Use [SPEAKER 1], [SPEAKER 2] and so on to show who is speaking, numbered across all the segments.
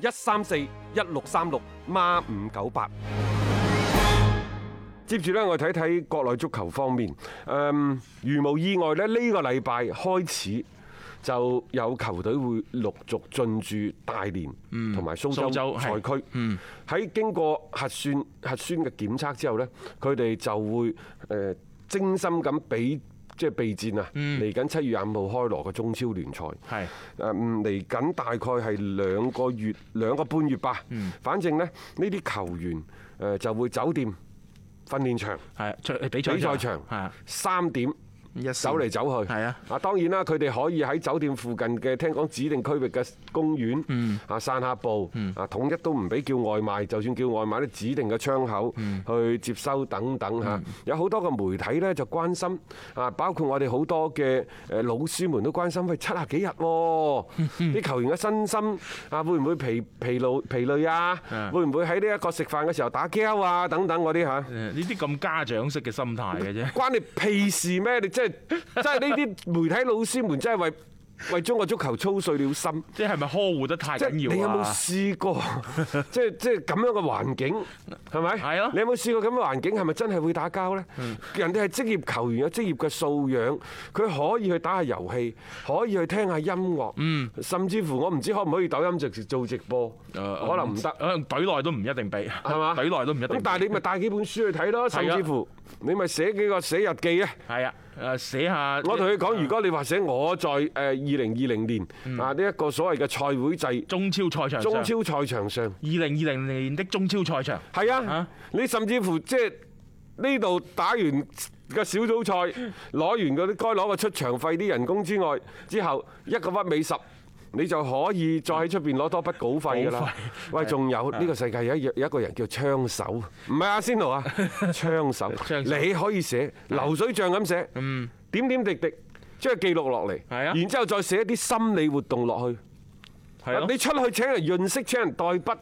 [SPEAKER 1] 一三四一六三六孖五九八。接住呢，我睇睇國內足球方面，誒、嗯如無意外呢，呢、個禮拜開始就有球隊會陸續進駐大連同埋嗯蘇
[SPEAKER 2] 蘇
[SPEAKER 1] 州
[SPEAKER 2] 州
[SPEAKER 1] 賽
[SPEAKER 2] 係
[SPEAKER 1] 區。喺經過核酸核酸嘅檢測之後呢，佢哋就會誒精心咁俾即係備戰啊！嚟緊七月廿五號開鑼嘅中超聯賽。
[SPEAKER 2] 係
[SPEAKER 1] 誒嗯嚟緊大概係兩個月兩個半月吧。反正呢，呢啲球員誒就會酒店、訓練場、
[SPEAKER 2] 係賽比賽
[SPEAKER 1] 比賽
[SPEAKER 2] 場
[SPEAKER 1] 場
[SPEAKER 2] 係啊
[SPEAKER 1] 三點。
[SPEAKER 2] 一
[SPEAKER 1] 走嚟走去，
[SPEAKER 2] 係啊！
[SPEAKER 1] 啊當然啦，佢哋可以喺酒店附近嘅聽講指定區域嘅公園啊散下步，啊統一都唔俾叫外賣，就算叫外賣咧，指定嘅窗口去接收等等嚇。有好多個媒體呢就關心啊，包括我哋好多嘅誒老師們都關心，喂七啊幾日喎，啲球員嘅身心啊會唔會疲疲勞疲累啊？會唔會喺呢一個食飯嘅時候打交啊？等等嗰啲嚇。
[SPEAKER 2] 誒呃呢啲咁家長式嘅心 態嘅啫，
[SPEAKER 1] 關你屁事咩？你真係真係呢啲媒體老師們真係為為中國足球操碎了心。
[SPEAKER 2] 即係咪呵護得太
[SPEAKER 1] 即係
[SPEAKER 2] 緊
[SPEAKER 1] 你有
[SPEAKER 2] 要
[SPEAKER 1] 冇
[SPEAKER 2] 啊？
[SPEAKER 1] 試 過？即係即係咁樣嘅環境係咪？
[SPEAKER 2] 係咯
[SPEAKER 1] 你有冇試過咁嘅環境係咪真係會打交呢？人哋係職業球員有職業嘅素養，佢可以去打下遊戲，可以去聽下音樂，甚至乎我唔知可唔可以抖音直做直播，可能唔得。
[SPEAKER 2] 可能隊內都唔一定俾，
[SPEAKER 1] 係嘛？
[SPEAKER 2] 隊內都唔一定
[SPEAKER 1] 咁
[SPEAKER 2] 俾。
[SPEAKER 1] 但係你咪帶幾本書去睇咯，甚
[SPEAKER 2] 係啊
[SPEAKER 1] 至乎你咪寫幾個寫日記啊！
[SPEAKER 2] 係啊，誒寫下
[SPEAKER 1] 我同佢講，如果你話寫我在誒二零二零年啊呢一個所謂嘅賽會制
[SPEAKER 2] 中超賽場上，
[SPEAKER 1] 中超賽場上，
[SPEAKER 2] 二零二零年的中超賽場，
[SPEAKER 1] 係啊
[SPEAKER 2] 啊，
[SPEAKER 1] 你甚至乎即係呢度打完個小組賽，攞完嗰啲該攞嘅出場費啲人工之外，之後一個屈尾十。你就可以再喺出邊攞多筆稿費㗎
[SPEAKER 2] 稿
[SPEAKER 1] 啦
[SPEAKER 2] 費。
[SPEAKER 1] 喂，仲有呢個世界有一有一個人叫槍 手，唔係阿仙奴啊，槍手。
[SPEAKER 2] 槍手
[SPEAKER 1] 你可以寫流水帳咁寫，點點滴滴將佢記錄落嚟，
[SPEAKER 2] 係啊
[SPEAKER 1] 然之後再寫一啲心理活動落去。
[SPEAKER 2] 係咯
[SPEAKER 1] 你，出去請人潤色，請人代筆，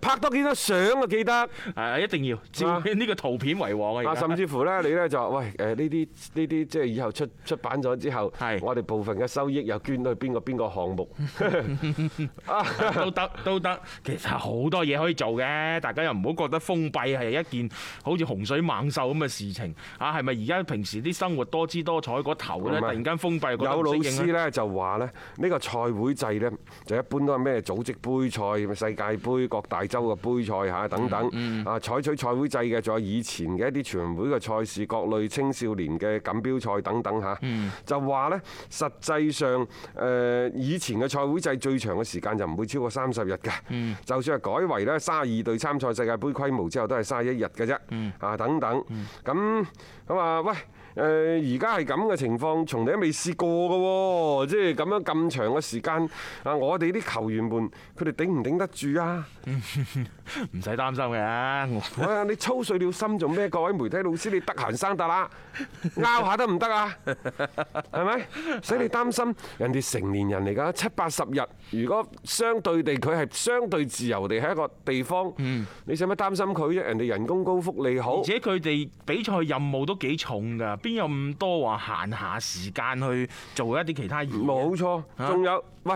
[SPEAKER 1] 拍多幾張相啊，記得。
[SPEAKER 2] 係啊一定要照
[SPEAKER 1] 啊
[SPEAKER 2] 呢個圖片為王啊！
[SPEAKER 1] 啊，
[SPEAKER 2] 而家
[SPEAKER 1] 甚至乎咧，你咧就話喂誒呢啲呢啲即係以後出出版咗之後
[SPEAKER 2] 係，
[SPEAKER 1] 我哋部分嘅收益又捐去邊個邊個項 目 啊
[SPEAKER 2] 都得都得，其實好多嘢可以做嘅，大家又唔好覺得封閉係一件好似洪水猛獸咁嘅事情啊！係咪而家平時啲生活多姿多彩嗰頭
[SPEAKER 1] 唔係
[SPEAKER 2] 咧，突然間封閉，覺得
[SPEAKER 1] 有
[SPEAKER 2] 唔
[SPEAKER 1] 老
[SPEAKER 2] 適
[SPEAKER 1] 師
[SPEAKER 2] 應啊
[SPEAKER 1] 咧就話咧，呢個賽會制咧就一般都係咩組織杯賽、世界盃、各大洲嘅杯賽嚇等等
[SPEAKER 2] 嗯
[SPEAKER 1] 啊，採取賽會制嘅，仲有以前嘅一啲全運會嘅賽事、各類青少年嘅錦標賽等等嚇，
[SPEAKER 2] 嗯
[SPEAKER 1] 就話咧實際上誒以前嘅賽會制最長嘅時間就唔會超過三十日嘅，
[SPEAKER 2] 嗯
[SPEAKER 1] 就算係改為咧三十二隊參賽世界盃規模之後都係三十一日嘅啫，
[SPEAKER 2] 嗯
[SPEAKER 1] 啊等等，咁咁啊喂。誒而家係咁嘅情況，從嚟都未試過嘅喎，即係咁樣咁長嘅時間啊！我哋啲球員們，佢哋頂唔頂得住 啊？
[SPEAKER 2] 唔使擔心嘅，我
[SPEAKER 1] 哇！你操碎了心做咩？各位媒體老師，你得閒生得啦，拗下得唔得啊？係咪？使你擔心，人哋成年人嚟㗎，七八十日，如果相對地佢係相對自由地喺一個地方，你使乜擔心佢啫？人哋人工高，福利好
[SPEAKER 2] 嗯而。且佢哋比賽任務都幾重㗎，邊有咁多話閒下時間去做一啲其他嘢？
[SPEAKER 1] 冇錯，
[SPEAKER 2] 啊
[SPEAKER 1] 仲有喂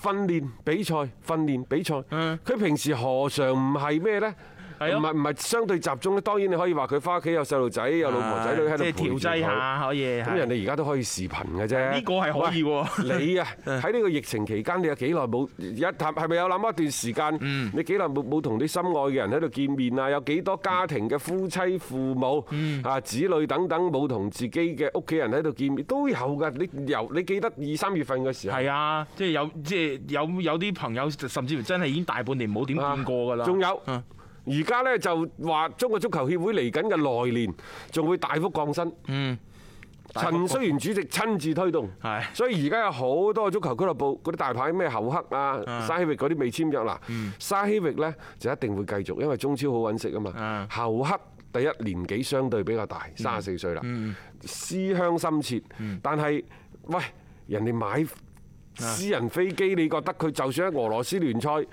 [SPEAKER 1] 訓練比賽，訓練比賽，
[SPEAKER 2] 嗯
[SPEAKER 1] 佢平時何嘗唔係咩呢？
[SPEAKER 2] 係
[SPEAKER 1] 唔係
[SPEAKER 2] 啊
[SPEAKER 1] 唔係相對集中咧？當然你可以話佢翻屋企有細路仔，有老婆仔女喺度
[SPEAKER 2] 啊即
[SPEAKER 1] 陪
[SPEAKER 2] 係調
[SPEAKER 1] 住
[SPEAKER 2] 劑
[SPEAKER 1] 佢。
[SPEAKER 2] 下可以。
[SPEAKER 1] 咁人哋而家都可以視頻嘅啫，
[SPEAKER 2] 啊呢個係可以喎嗯
[SPEAKER 1] 喂 你啊，喺呢個疫情期間，你有幾耐冇一談？係咪有那麼一段時間？
[SPEAKER 2] 嗯
[SPEAKER 1] 你幾耐冇冇同你心愛嘅人喺度見面啊？有幾多家庭嘅夫妻、父母
[SPEAKER 2] 嗯
[SPEAKER 1] 啊、子女等等冇同自己嘅屋企人喺度見面，都有㗎。你由你記得二三月份嘅時候。
[SPEAKER 2] 係啊，即係有即係有有啲朋友甚至乎真係已經大半年冇點
[SPEAKER 1] 啊
[SPEAKER 2] 見過㗎啦。
[SPEAKER 1] 仲有。而家呢，就話中國足球協會嚟緊嘅來年仲會大幅降薪，
[SPEAKER 2] 嗯，大
[SPEAKER 1] 陳雖然主席親自推動，
[SPEAKER 2] 係
[SPEAKER 1] 所以而家有好多足球俱樂部嗰啲大牌咩侯克啊、沙希域嗰啲未簽約嗱，沙希域呢就一定會繼續，因為中超好揾食啊嘛
[SPEAKER 2] 嗯。
[SPEAKER 1] 侯克第一年紀相對比較大，三十四歲啦，
[SPEAKER 2] 嗯
[SPEAKER 1] 思鄉深切，但係喂人哋
[SPEAKER 2] 啊
[SPEAKER 1] 買。私人飛機，你覺得佢就算喺俄羅斯聯賽，佢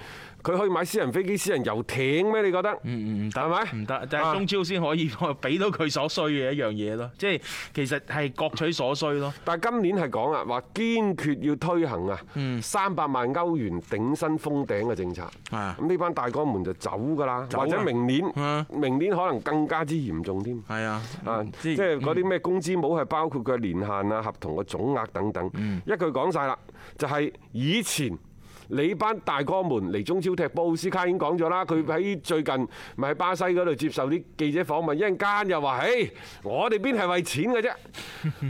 [SPEAKER 1] 可以買私人飛機、私人遊艇咩？你覺得？
[SPEAKER 2] 嗯唔得，
[SPEAKER 1] 係咪
[SPEAKER 2] 唔得，但
[SPEAKER 1] 啊
[SPEAKER 2] 係中超先可以 俾到佢所需嘅一樣嘢咯。即係其實係各取所需咯。
[SPEAKER 1] 但係今年係講啊，話堅決要推行啊，三百萬歐元頂薪封頂嘅政策。
[SPEAKER 2] 啊
[SPEAKER 1] 咁呢班大哥們就走㗎啦，
[SPEAKER 2] 走啊
[SPEAKER 1] 或者明年
[SPEAKER 2] 啊，
[SPEAKER 1] 明年可能更加之嚴重添。
[SPEAKER 2] 係啊，
[SPEAKER 1] 啊，即係嗰啲咩工資帽係包括佢嘅年限啊、合同嘅總額等等。一句講晒啦，就係以前。你班大哥們嚟中超踢波，奧斯卡已經講咗啦，佢喺最近咪喺巴西嗰度接受啲記者訪問，一陣間又話：，誒，我哋邊係為錢嘅啫，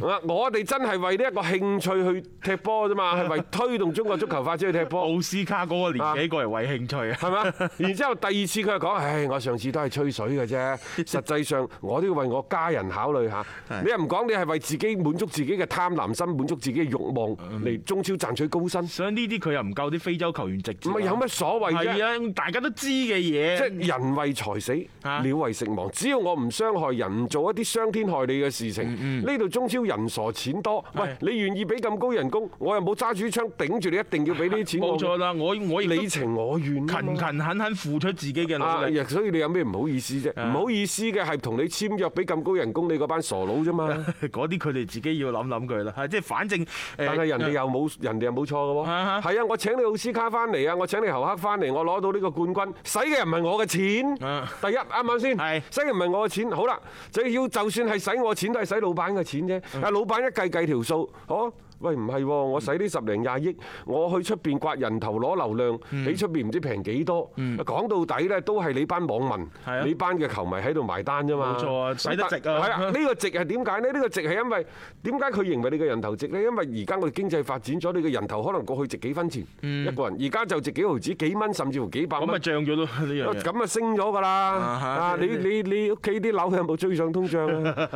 [SPEAKER 1] 啊我哋真係為呢一個興趣去踢波啫嘛，係為推動中國足球發展去踢波。
[SPEAKER 2] 奧斯卡嗰個
[SPEAKER 1] 啊
[SPEAKER 2] 年紀過嚟為興趣啊。
[SPEAKER 1] 係嘛？ 然之後第二次佢又講：，唉，我上次都係吹水嘅啫， 實際上我都要為我家人考慮下。你又唔講，你係為自己滿足自己嘅貪婪心，滿足自己嘅慾
[SPEAKER 2] 嗯
[SPEAKER 1] 望嚟中超賺取高薪，唔
[SPEAKER 2] 所以呢啲佢又唔夠啲非洲球員直接啊。
[SPEAKER 1] 係有乜所謂啫？
[SPEAKER 2] 係啊，大家都知嘅
[SPEAKER 1] 即
[SPEAKER 2] 嘢。
[SPEAKER 1] 係人為財死，
[SPEAKER 2] 啊
[SPEAKER 1] 鳥為食亡。只要我唔傷害人，唔做一啲傷天害理嘅事情，呢度中超人傻錢多。喂
[SPEAKER 2] 嗯係，
[SPEAKER 1] 你願意俾咁高人工，我又冇揸住槍頂住你，一定要俾呢啲錢我。
[SPEAKER 2] 冇錯啦，我我亦都
[SPEAKER 1] 你情我願啊嘛
[SPEAKER 2] 勤勤懇懇付出自己嘅
[SPEAKER 1] 啊！
[SPEAKER 2] 努力。
[SPEAKER 1] 所以你有咩唔好意思啫？唔好意思嘅係同你簽約俾咁高人工，你嗰班傻佬啫嘛。
[SPEAKER 2] 嗰啲佢哋自己要諗諗佢啦，係即係反正誒，
[SPEAKER 1] 但係人哋又冇，人哋又冇錯嘅喎。
[SPEAKER 2] 啊
[SPEAKER 1] 係啊，我請你奧斯卡翻嚟啊，我請你侯克翻嚟，我攞到呢個冠軍，使嘅唔係我嘅錢。
[SPEAKER 2] 啊
[SPEAKER 1] 第一啱唔啱先？
[SPEAKER 2] 係
[SPEAKER 1] 使嘅唔係我嘅錢。好啦，就要就算係使我錢，都係使老闆嘅錢啫。但係老闆一計計條數，哦。喂，唔係喎，我使呢十零廿億，我去出邊刮人頭攞流量，你出邊唔知平幾多？講到底呢，都係你班網民
[SPEAKER 2] 係啊、
[SPEAKER 1] 你班嘅球迷喺度埋單啫嘛。
[SPEAKER 2] 冇錯啊使得值啊
[SPEAKER 1] 係 啊，呢個值係點解呢？呢個值係因為點解佢認為你嘅人頭值呢？因為而家我哋經濟發展咗，你嘅人頭可能過去值幾分錢一個人，而家就值幾毫子、幾蚊，甚至乎幾百
[SPEAKER 2] 咁咪
[SPEAKER 1] 蚊。
[SPEAKER 2] 漲咗咯呢樣嘢。
[SPEAKER 1] 咁啊升咗㗎啦！
[SPEAKER 2] 哈
[SPEAKER 1] 啊，你你你屋企啲樓有冇追上通脹啊？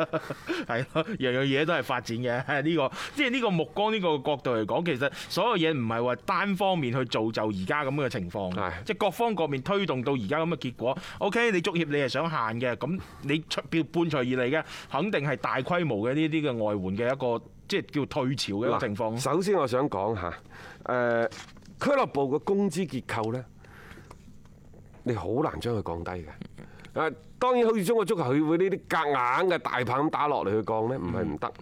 [SPEAKER 2] 係咯，樣樣嘢都係發展嘅。 呢、個即係呢個目光呢個角度嚟講，其實所有嘢唔係話單方面去造就而家咁嘅情況
[SPEAKER 1] 係，
[SPEAKER 2] 即係各方各面推動到而家咁嘅結果。OK，你足協你係想限嘅，咁你出表伴隨而嚟嘅，肯定係大規模嘅呢啲嘅外援嘅一個即係叫退潮嘅一個情況。
[SPEAKER 1] 首先我想講下，誒俱樂部嘅工資結構呢，你好難將佢降低嘅。誒當然好似中國足球協會呢啲夾硬嘅大棒咁打落嚟去降呢，唔係唔得。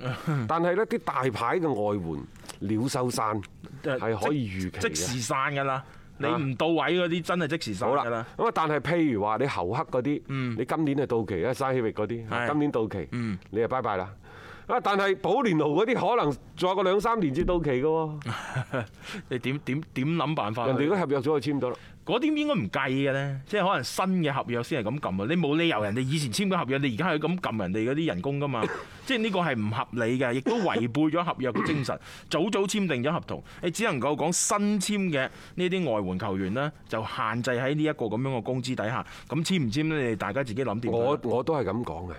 [SPEAKER 1] 但係呢啲大牌嘅外援鳥獸散
[SPEAKER 2] 誒
[SPEAKER 1] 係可以預期
[SPEAKER 2] 呃即
[SPEAKER 1] 嘅。
[SPEAKER 2] 時散㗎啦，你
[SPEAKER 1] 啊
[SPEAKER 2] 唔到位嗰啲真係即時散
[SPEAKER 1] 好啦
[SPEAKER 2] 㗎啦。，
[SPEAKER 1] 咁啊，但係譬如話你侯克嗰啲，你今年係到期啦，沙希域嗰啲，
[SPEAKER 2] 係
[SPEAKER 1] 今年到期，你係拜拜啦。啊，但係保連奴嗰啲可能仲有個兩三年至到期嘅喎，
[SPEAKER 2] 你點點點諗辦法去？
[SPEAKER 1] 人哋嗰合約早就簽咗啦。
[SPEAKER 2] 嗰啲應該唔計嘅咧，即係可能新嘅合約先係咁撳啊！你冇理由人哋以前簽嘅合約，你而家係咁撳人哋嗰啲人工 噶嘛？即係呢個係唔合理嘅，亦都違背咗合約嘅精神。早早簽訂咗合同，你只能夠講新簽嘅呢啲外援球員呢，就限制喺呢一個咁樣嘅工資底下。咁簽唔簽呢？你哋大家自己諗掂佢啦。
[SPEAKER 1] 我我都係咁講嘅。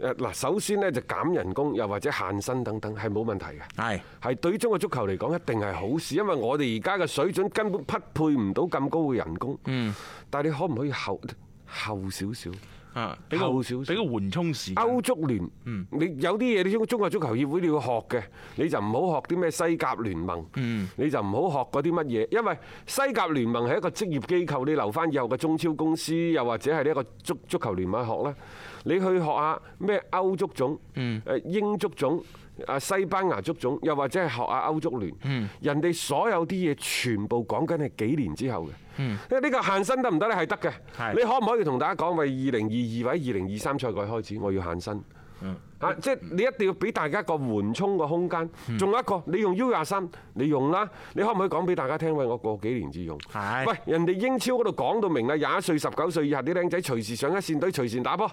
[SPEAKER 1] 誒嗱，首先呢，就減人工，又或者限薪等等係冇問題嘅。
[SPEAKER 2] 係
[SPEAKER 1] 係對於中國足球嚟講，一定係好事，因為我哋而家嘅水準根本匹配唔到咁高嘅人工。嗯，但係你可唔可以後後少少？
[SPEAKER 2] 啊，俾個
[SPEAKER 1] 後少少啊
[SPEAKER 2] 俾個緩衝時間。
[SPEAKER 1] 歐足聯，你有啲嘢你中中國足球協會你要學嘅，你就唔好學啲咩西甲聯盟，你就唔好學嗰啲乜嘢，因為西甲聯盟係一個職業機構，你留翻以後嘅中超公司，又或者係呢一個足足球聯盟去學啦。你去學下咩歐足總、誒英足總、啊西班牙足總，又或者係學下歐足聯，人哋所有啲嘢全部講緊係幾年之後嘅。因為呢個限薪得唔得呢？係得嘅。
[SPEAKER 2] 係
[SPEAKER 1] 你可唔可以同大家講，喂，二零二二或者二零二三賽季開始，我要限薪？啊！即係你一定要俾大家一個緩衝嘅空間。仲有一個，你用 U 廿三，你用啦。你可唔可以講俾大家聽？喂，我過幾年至用。
[SPEAKER 2] 係
[SPEAKER 1] 喂，人哋英超嗰度講到明啦，廿一歲、十九歲以下啲僆仔隨時上一線隊，隨時打波。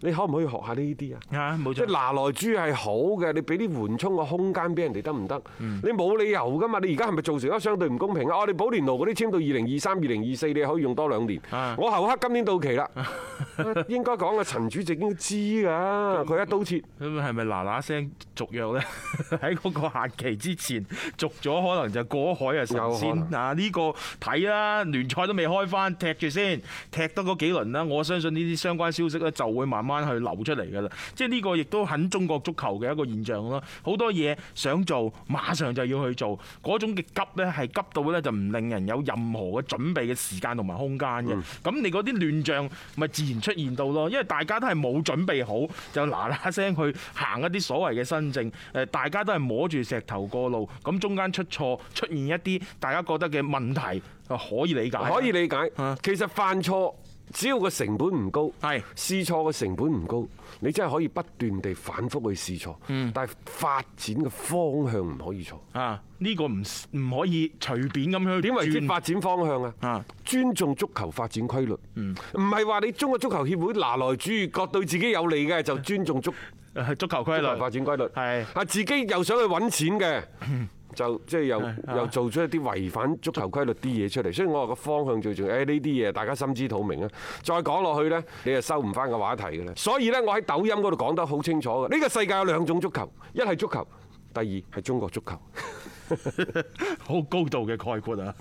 [SPEAKER 1] 你可唔可以學下呢啲啊？
[SPEAKER 2] 啊，冇
[SPEAKER 1] 即係
[SPEAKER 2] 錯。
[SPEAKER 1] 拿來豬係好嘅，你俾啲緩衝嘅空間俾人哋得唔得？
[SPEAKER 2] 嗯
[SPEAKER 1] 你冇理由噶嘛！你而家係咪造成一個相對唔公平啊？我哋保連奴嗰啲簽到二零二三、二零二四，你可以用多兩年
[SPEAKER 2] 啊。
[SPEAKER 1] 我侯克今年到期啦，應該講啊，陳主席應該知㗎，佢一刀切。
[SPEAKER 2] 咁係咪嗱嗱聲續 約呢？喺嗰個限期之前續咗，可能就過海啊神
[SPEAKER 1] 有可
[SPEAKER 2] 仙啊！呢個睇啦，聯賽都未開翻，踢住先，踢得嗰幾輪啦。我相信呢啲相關消息呢就會慢慢去流出嚟㗎啦。即係呢個亦都很中國足球嘅一個現象咯。好多嘢想做，馬上就要去做，嗰種嘅急呢係急到呢就唔令人有任何嘅準備嘅時間同埋空間嘅。
[SPEAKER 1] 嗯
[SPEAKER 2] 咁你嗰啲亂象咪自然出現到咯，因為大家都係冇準備好，就嗱嗱聲去行一啲所謂嘅新政，誒大家都係摸住石頭過路，咁中間出錯出現一啲大家覺得嘅問題，啊可以理解，
[SPEAKER 1] 哦可以理解
[SPEAKER 2] 啊。
[SPEAKER 1] 其實犯錯只要個成本唔高，
[SPEAKER 2] 係
[SPEAKER 1] 試錯嘅成本唔高，你真係可以不斷地反覆去試錯。
[SPEAKER 2] 嗯
[SPEAKER 1] 但係發展嘅方向唔可以錯。
[SPEAKER 2] 啊呢個唔唔可以隨便咁樣去
[SPEAKER 1] 點為之
[SPEAKER 2] 轉
[SPEAKER 1] 發展方向啊？
[SPEAKER 2] 啊？嗯
[SPEAKER 1] 尊重足球發展規律，唔係話你中國足球協會拿來主義，各對自己有利嘅就尊重足
[SPEAKER 2] 誒足球規
[SPEAKER 1] 足球發
[SPEAKER 2] 律
[SPEAKER 1] 展規律，
[SPEAKER 2] 嗯係嗯
[SPEAKER 1] 啊自己又想去揾錢嘅。就即係又
[SPEAKER 2] 係啊
[SPEAKER 1] 又做出一啲違反足球規律啲嘢出嚟，所以我話個方向最重要。誒呢啲嘢大家心知肚明啊！再講落去呢，你就收唔翻個話題嘅啦。所以呢，我喺抖音嗰度講得好清楚嘅，呢個世界有兩種足球，一係足球，第二係中國足球。
[SPEAKER 2] 好高度嘅概括啊！